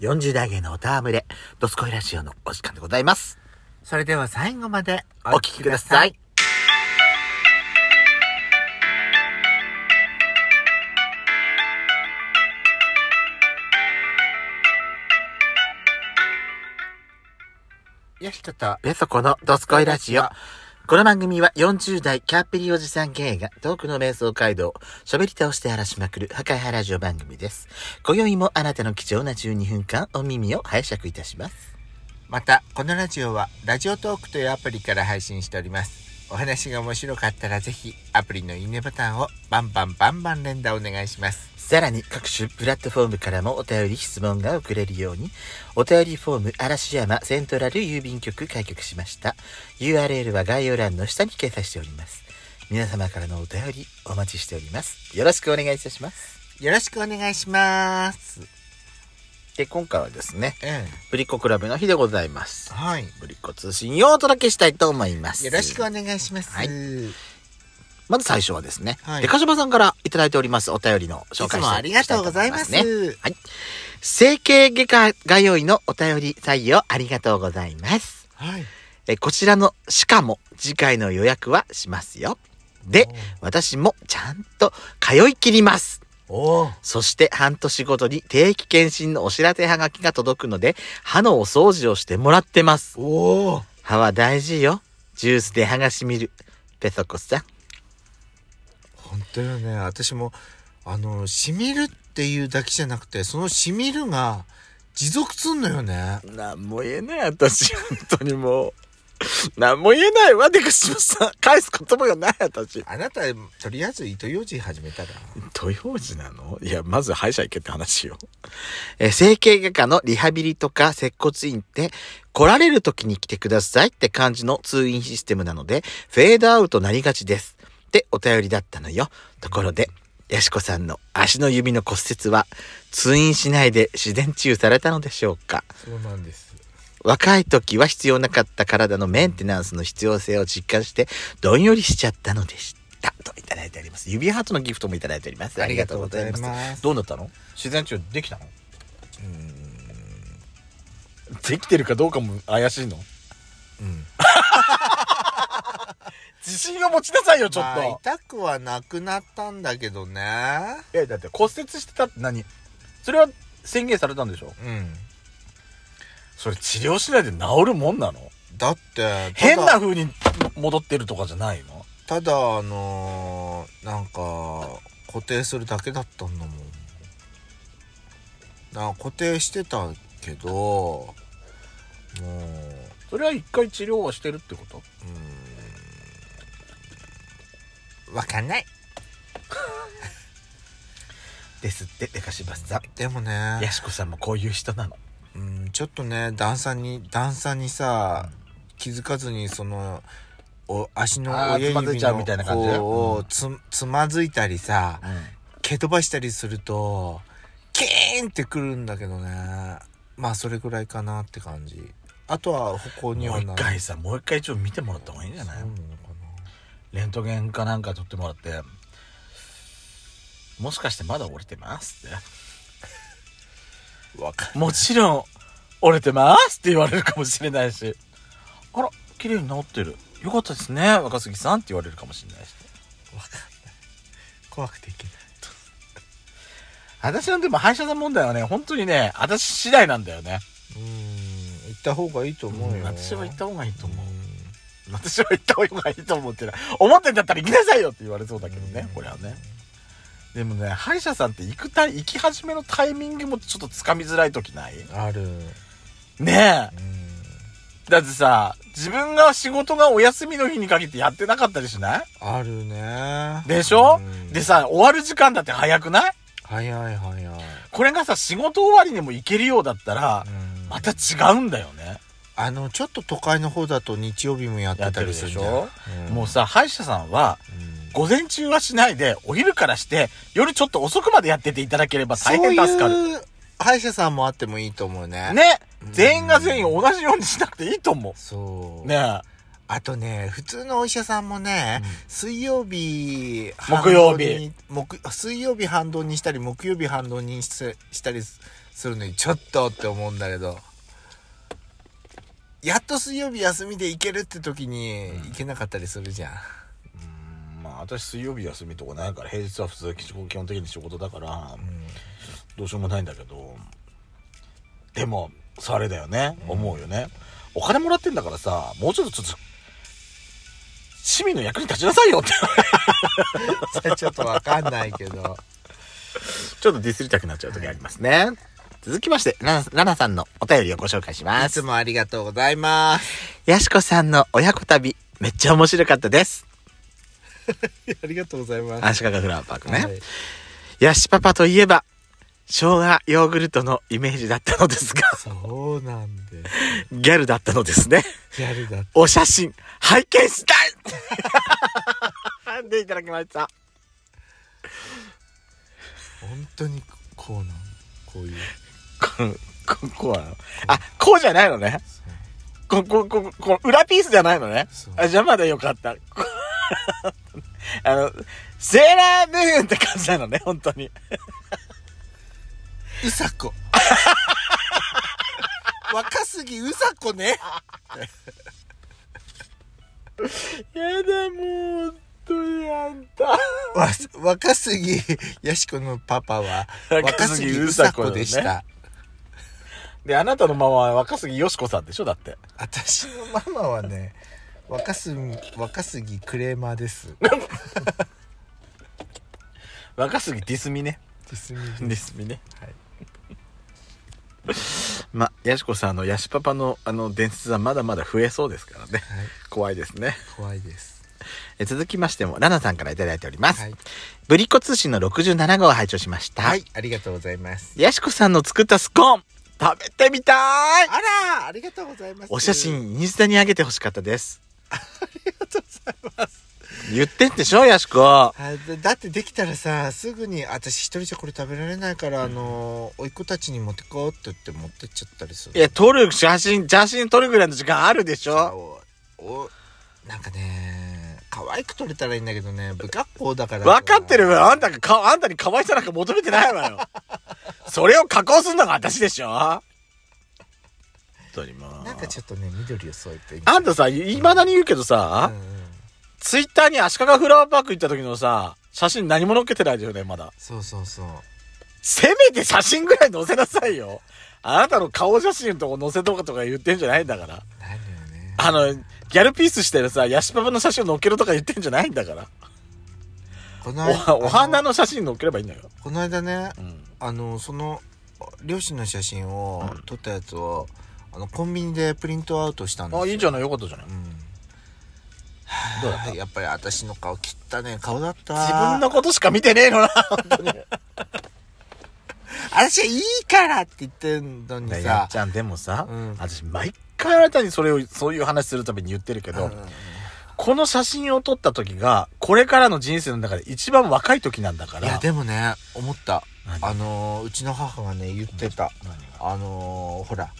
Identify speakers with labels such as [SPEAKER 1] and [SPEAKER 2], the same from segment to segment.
[SPEAKER 1] 40代へのおたむれ、ドスコイラジオのお時間でございます。
[SPEAKER 2] それでは最後まで
[SPEAKER 1] お聞きください。。
[SPEAKER 2] よしとと、
[SPEAKER 1] ベソコのドスコイラジオ。この番組は40代キャッピリおじさん芸が遠くの瞑想街道を喋り倒して荒らしまくる破壊派ラジオ番組です。今宵もあなたの貴重な12分間お耳を拝借いたします。
[SPEAKER 2] また、このラジオは、ラジオトークというアプリから配信しております。お話が面白かったら、ぜひ、アプリのいいねボタンを、バンバンバンバン連打お願いします。
[SPEAKER 1] さらに各種プラットフォームからもお便り質問が送れるように、お便りフォーム嵐山セントラル郵便局開局しました。URL は概要欄の下に掲載しております。皆様からのお便りお待ちしております。よろしくお願いいたします。
[SPEAKER 2] よろしくお願いします。
[SPEAKER 1] で、今回はですね、
[SPEAKER 2] うん。
[SPEAKER 1] ブリッコクラブの日でございます。
[SPEAKER 2] はい。
[SPEAKER 1] ブリッコ通信をお届けしたいと思います。
[SPEAKER 2] よろしくお願いします。、
[SPEAKER 1] はいい
[SPEAKER 2] つ
[SPEAKER 1] まず最初はですね、
[SPEAKER 2] はい
[SPEAKER 1] でかしばさんからいただいておりますお便りの紹介
[SPEAKER 2] もありがとうございます。
[SPEAKER 1] したと思ねはい。整形外科がよいのお便り採用ありがとうございます。
[SPEAKER 2] はい。
[SPEAKER 1] えこちらのしかも次回の予約はしますよ。で
[SPEAKER 2] おー、
[SPEAKER 1] 私もちゃんと通い切ります。
[SPEAKER 2] おお。
[SPEAKER 1] そして半年ごとに定期検診のお知らせはがきが届くので、歯のお掃除をしてもらってます。
[SPEAKER 2] おお。
[SPEAKER 1] 歯は大事よ。ジュースで歯がしみる。ペソコさん。
[SPEAKER 2] 本当よね。私も、あの、しみるっていうだけじゃなくて、そのしみるが、持続すんのよね。
[SPEAKER 1] なんも言えない、私。本当にもう。なんも言えないわ、でかしまさん。返す言葉がない、私。
[SPEAKER 2] あなた、とりあえず糸ようじ始めたら。
[SPEAKER 1] 土曜時なのいや、まず歯医者行けって話よ。えー整形外科のリハビリとか接骨院って、来られる時に来てくださいって感じの通院システムなので、フェードアウトなりがちです。ってお便りだったのよ。ところで、ヤシコさんの足の指の骨折は、通院しないで自然治癒されたのでしょうか
[SPEAKER 2] そうなんです。
[SPEAKER 1] 若い時は必要なかった体のメンテナンスの必要性を実感して、どんよりしちゃったのでした。といただいております。指ハートのギフトもいただいております。
[SPEAKER 2] ありがとうございます。
[SPEAKER 1] どうなったの自然治癒できたの
[SPEAKER 2] うーん。
[SPEAKER 1] できてるかどうかも怪しいの
[SPEAKER 2] うん。
[SPEAKER 1] 自信を持ちなさいよ
[SPEAKER 2] ちょっと、痛くはなくなったんだけどね。
[SPEAKER 1] いやだって骨折してたって何それは宣言されたんでしょ
[SPEAKER 2] うん。
[SPEAKER 1] それ治療しないで治るもんなの
[SPEAKER 2] だって、
[SPEAKER 1] 変
[SPEAKER 2] た
[SPEAKER 1] な
[SPEAKER 2] だ
[SPEAKER 1] 風に戻ってるとかじゃないの
[SPEAKER 2] ただ、あのーなんか、固定するだけだったんだもん。な固定してたけど、もう、
[SPEAKER 1] それは一回治療はしてるってこと
[SPEAKER 2] うん。わかんない。
[SPEAKER 1] ですってでかしばさん
[SPEAKER 2] でもね、
[SPEAKER 1] やしこさんもこういう人なの
[SPEAKER 2] うん、ちょっとね、段差に、段差にさ、気づかずに、その、お足の
[SPEAKER 1] あー
[SPEAKER 2] 親指
[SPEAKER 1] つまずいちゃう
[SPEAKER 2] の
[SPEAKER 1] みたいな感じ
[SPEAKER 2] 甲をつ,、つまずいたりさ、
[SPEAKER 1] う
[SPEAKER 2] 蹴飛ばしたりするとキーンってくるんだけどねまあそれぐらいかなって感じあとは歩行
[SPEAKER 1] ん
[SPEAKER 2] に
[SPEAKER 1] も
[SPEAKER 2] は
[SPEAKER 1] う
[SPEAKER 2] な
[SPEAKER 1] 一回さもう一回ちょっと見てもらった方がいいんじゃ
[SPEAKER 2] そう
[SPEAKER 1] ない
[SPEAKER 2] なのか
[SPEAKER 1] レントゲンかなんか取ってもらってもしかしてまだ折れてますって
[SPEAKER 2] なわか
[SPEAKER 1] もちろん、折れてますって言われるかもしれないし、あら、綺麗に治ってる。よかったですね、若杉さんって言われるかもしれないし。
[SPEAKER 2] 怖くていけない
[SPEAKER 1] 私のでも歯医者さん問題はね、本当にね、私次第なんだよね。
[SPEAKER 2] うーん行った方がいいと思うよ
[SPEAKER 1] 私は行った方がいいと思う。
[SPEAKER 2] う
[SPEAKER 1] 私は行った方がいいと思ってない。思ってんだったら行きなさいよって言われそうだけど
[SPEAKER 2] うん
[SPEAKER 1] ね、これはね。でもね、歯医者さんって行くたい、行き始めのタイミングもちょっと掴みづらい時ない
[SPEAKER 2] んあるうん
[SPEAKER 1] ねえ。だってさ、自分が仕事がお休みの日に限ってやってなかったりしない
[SPEAKER 2] あるね
[SPEAKER 1] でしょ、
[SPEAKER 2] うん
[SPEAKER 1] でさ、終わる時間だって早くない
[SPEAKER 2] 早い早い、うん
[SPEAKER 1] これがさ、仕事終わりにも行けるようだったら、また違うんだよね。
[SPEAKER 2] あのちょっと都会の方だと日曜日もやってたりするじゃん
[SPEAKER 1] やって
[SPEAKER 2] ん
[SPEAKER 1] もうさ、歯医者さんは、
[SPEAKER 2] うん
[SPEAKER 1] 午前中はしないで、お昼からして、夜ちょっと遅くまでやってていただければ大変助かる。
[SPEAKER 2] そういう歯医者さんもあってもいいと思うね。。
[SPEAKER 1] ね
[SPEAKER 2] うん
[SPEAKER 1] 全員が全員同じようにしなくていいと思。
[SPEAKER 2] そうう。。
[SPEAKER 1] ね
[SPEAKER 2] あとね、普通のお医者さんもね、
[SPEAKER 1] うん
[SPEAKER 2] 水曜日、
[SPEAKER 1] 木曜日
[SPEAKER 2] 反動に木、水曜日反動にしたり、木曜日反動にししたりすするのにちょっとって思うんだけどやっと水曜日休みで行けるって時に
[SPEAKER 1] うん
[SPEAKER 2] 行けなかったりするじゃん、
[SPEAKER 1] うんまあ私水曜日休みとかないから平日は普通基本的に仕事だからどうしようもないんだけどでもそれだよね、思うよねお金もらってんだからさもうちょっとちょっと市民の役に立ちなさいよって
[SPEAKER 2] それちょっとわかんないけど
[SPEAKER 1] ちょっとディスりたくなっちゃう時ありますね、続きましてラナラナさんのお便りをご紹介しま
[SPEAKER 2] い
[SPEAKER 1] す
[SPEAKER 2] つもありがとうございます
[SPEAKER 1] やしこさんの親子旅めっちゃ面白かったです
[SPEAKER 2] ありがとうございま
[SPEAKER 1] 足利フラワーパークね、
[SPEAKER 2] はい
[SPEAKER 1] ヤシパパといえば生姜ヨーグルトのイメージだったのですが
[SPEAKER 2] そうなんで
[SPEAKER 1] ギャルだったのですね
[SPEAKER 2] ギャルだ
[SPEAKER 1] お写真拝見した いでいただきました
[SPEAKER 2] 本当にこうなんこういう
[SPEAKER 1] こここうなのあこうじゃないのねこここここ裏ピースじゃないのね
[SPEAKER 2] そう
[SPEAKER 1] あじゃあまだよかった こあのセーラームーンって感じなのね本当に
[SPEAKER 2] うさこ 若すぎうさこね
[SPEAKER 1] やだもう本当にあんた
[SPEAKER 2] わ若すぎやしこのパパは
[SPEAKER 1] 若
[SPEAKER 2] 若
[SPEAKER 1] す
[SPEAKER 2] す
[SPEAKER 1] ぎ
[SPEAKER 2] ぎ
[SPEAKER 1] う
[SPEAKER 2] う
[SPEAKER 1] さ
[SPEAKER 2] さ
[SPEAKER 1] こ
[SPEAKER 2] こ
[SPEAKER 1] で
[SPEAKER 2] で
[SPEAKER 1] し
[SPEAKER 2] したた、
[SPEAKER 1] であなたのママは若杉よしこさんでしょだって
[SPEAKER 2] 私のママはね若すぎ若すぎクレーマー です
[SPEAKER 1] 若杉ディスミね
[SPEAKER 2] ですみ
[SPEAKER 1] ディスミね
[SPEAKER 2] はい
[SPEAKER 1] まやしこさんあのやしパパのあの伝説はまだまだ増えそうですからね
[SPEAKER 2] はい
[SPEAKER 1] 怖いですね
[SPEAKER 2] 怖いです
[SPEAKER 1] え続きましてもラナさんからいただいております、
[SPEAKER 2] はい、
[SPEAKER 1] ぶりこ通信の67号を拝聴しました、
[SPEAKER 2] はい、ありがとうございます
[SPEAKER 1] やしこさんの作ったスコーン食べてみたい
[SPEAKER 2] あらありがとうございます
[SPEAKER 1] お写真インスタに上げてほしかった ですありがとうございます言ってんでしょやしこ
[SPEAKER 2] あだだってできたらさすぐに私一人じゃこれ食べられないから、あの甥っ子たちに持ってこうって言って持ってっちゃったりする
[SPEAKER 1] いや撮る写真写真撮るぐらいの時間あるでしょ
[SPEAKER 2] おおなんかね可愛く撮れたらいいんだけどね不格好だから
[SPEAKER 1] 分かってるわあんたがかあんたに可愛さなんか求めてないわよそれを加工するのが私でしょ本当にもう
[SPEAKER 2] なんかちょっとね緑を添えて
[SPEAKER 1] あんたさいまだに言うけどさ、
[SPEAKER 2] うんうん
[SPEAKER 1] ツイッターに足利フラワーパーク行った時のさ写真何も載っけてないよねまだ
[SPEAKER 2] そうそうそう
[SPEAKER 1] せめて写真ぐらい載せなさいよあなたの顔写真とか載せとかとか言ってんじゃないんだから
[SPEAKER 2] なるよね
[SPEAKER 1] あのギャルピースしてるさヤシパパの写真を載っけろとか言ってんじゃないんだから
[SPEAKER 2] この間
[SPEAKER 1] おお花
[SPEAKER 2] あの
[SPEAKER 1] の写真載っければいいんだよ、
[SPEAKER 2] この間ね
[SPEAKER 1] うん、
[SPEAKER 2] あのその両親の写真を
[SPEAKER 1] うん
[SPEAKER 2] 撮ったやつを、あのコンビニでプリントアウトしたんですよ
[SPEAKER 1] あいいじゃないよかったじゃない
[SPEAKER 2] うん
[SPEAKER 1] どうだった
[SPEAKER 2] やっぱり私の顔切ったね顔だった
[SPEAKER 1] 自分のことしか見てねえのな。
[SPEAKER 2] 私はいいからって言ってんのに
[SPEAKER 1] や
[SPEAKER 2] さ
[SPEAKER 1] っちゃん、でもさ、
[SPEAKER 2] うん
[SPEAKER 1] 私、毎回あなたにそれを、そういう話するたびに言ってるけど、
[SPEAKER 2] うん
[SPEAKER 1] この写真を撮った時が、これからの人生の中で一番若い時なんだから。
[SPEAKER 2] いやでもね思った
[SPEAKER 1] 何
[SPEAKER 2] あのーうちの母がね言ってた
[SPEAKER 1] 何が
[SPEAKER 2] あのーほら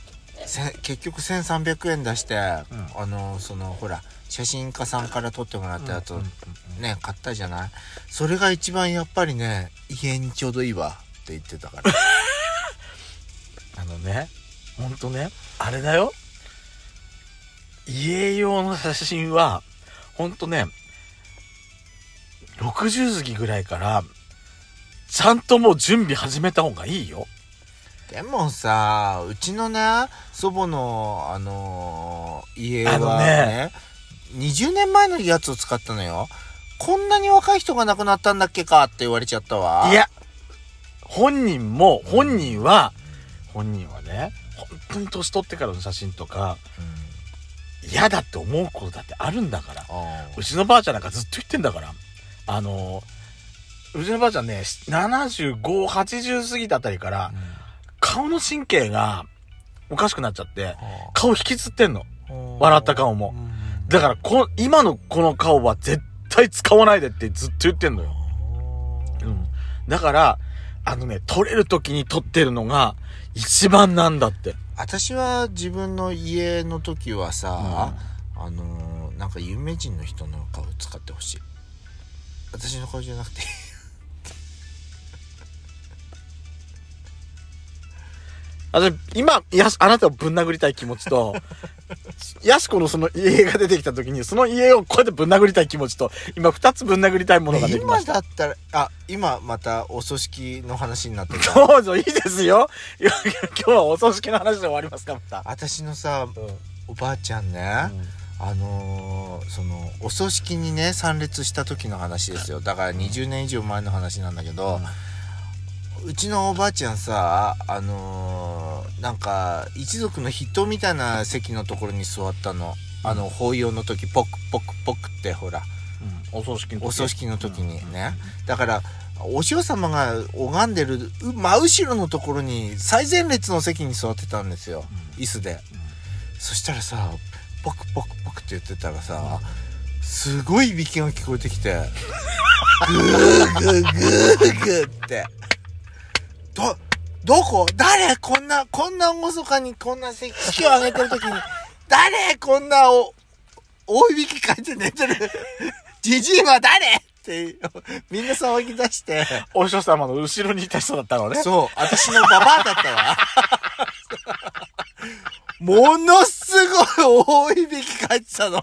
[SPEAKER 2] せ結局1300円出して、あのーそのほら写真家さんから撮ってもらったやつを
[SPEAKER 1] うんうん
[SPEAKER 2] ね買ったじゃないそれが一番やっぱりね家にちょうどいいわって言って たから
[SPEAKER 1] あのね、ほんとね、あれだよ。家用の写真は、ほんとね、60過ぎぐらいから、ちゃんともう準備始めた方がいいよ。
[SPEAKER 2] でもさうちのね祖母のあのー家は
[SPEAKER 1] あの
[SPEAKER 2] ね
[SPEAKER 1] ね
[SPEAKER 2] 20年前のやつを使ったのよこんなに若い人が亡くなったんだっけかって言われちゃったわ
[SPEAKER 1] いや、本人も、本人は、本人はね、本当に年取ってからの写真とか、
[SPEAKER 2] うん
[SPEAKER 1] 嫌だって思うことだってあるんだから。
[SPEAKER 2] あ
[SPEAKER 1] うちのばあちゃんなんかずっと言ってんだから。あの、うちのばあちゃんね、75、80過ぎたあたりから、顔の神経がおかしくなっちゃって、顔引きずってんの。笑った顔もだから、こ、今のこの顔は絶対使わないでってずっと言ってんのよ。うん。だから、あのね、撮れる時に撮ってるのが一番なんだって。
[SPEAKER 2] 私は自分の家の時はさ、あのーなんか有名人の人の顔使ってほしい私の顔じゃなくて
[SPEAKER 1] あの今やすあなたをぶん殴りたい気持ちと やす子のその家が出てきた時にその家をこうやってぶん殴りたい気持ちと今2つぶん殴りたいものができま
[SPEAKER 2] 今
[SPEAKER 1] した
[SPEAKER 2] だったら、あ、今またお葬式の話になってた。
[SPEAKER 1] どうぞいいですよ今日はお葬式の話で終わりますかまた、
[SPEAKER 2] 私のさ、
[SPEAKER 1] うん
[SPEAKER 2] おばあちゃんね、あのーそのお葬式にね参列した時の話ですよだから20年以上前の話なんだけど、うちのおばあちゃんさあのーなんか一族の筆頭みたいな席のところに座ったのあの法要の時ポクポクポクってほら
[SPEAKER 1] お葬式の時
[SPEAKER 2] お葬式の時にねだからお塩様が拝んでるう真後ろのところに最前列の席に座ってたんですよ椅子で。そしたらさポクポクポクって言ってたらさすごいいびきが聞こえてきてグーグーグーグーってどどこ誰こんなこんな厳かにこんな席を上げてる時に誰こんなお大いびきかいて寝てるじじいは誰ってみんな騒ぎ出して
[SPEAKER 1] お師匠様の後ろにいた人だったのね
[SPEAKER 2] そう、私のババアだったわ。 ものすごい大いびきかいてたの。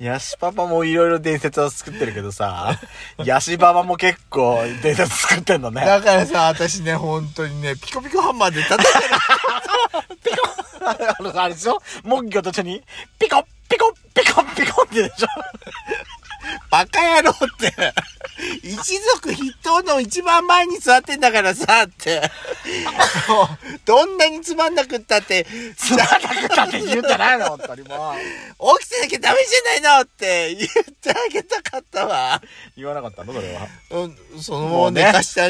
[SPEAKER 1] ヤシパパもいろいろ伝説を作ってるけどさ ヤシパパも結構伝説作ってんのね
[SPEAKER 2] だからさ、私ね、本当にね、ピコピコハンマーで叩いてる。
[SPEAKER 1] あのさあれでしょ木魚と一緒にピコピコピコピコってでしょ
[SPEAKER 2] バカ野郎って。一族筆頭の一番前に座ってんだからさ、って。もう、どんなにつまんなくったって、
[SPEAKER 1] つまら なくたって言うんじゃないの本当にもう。
[SPEAKER 2] 起きてなきゃダメじゃないのって言ってあげたかったわ。
[SPEAKER 1] 言わなかったのそれは。
[SPEAKER 2] うん、そ
[SPEAKER 1] も
[SPEAKER 2] のまま
[SPEAKER 1] うね
[SPEAKER 2] 寝かしてあ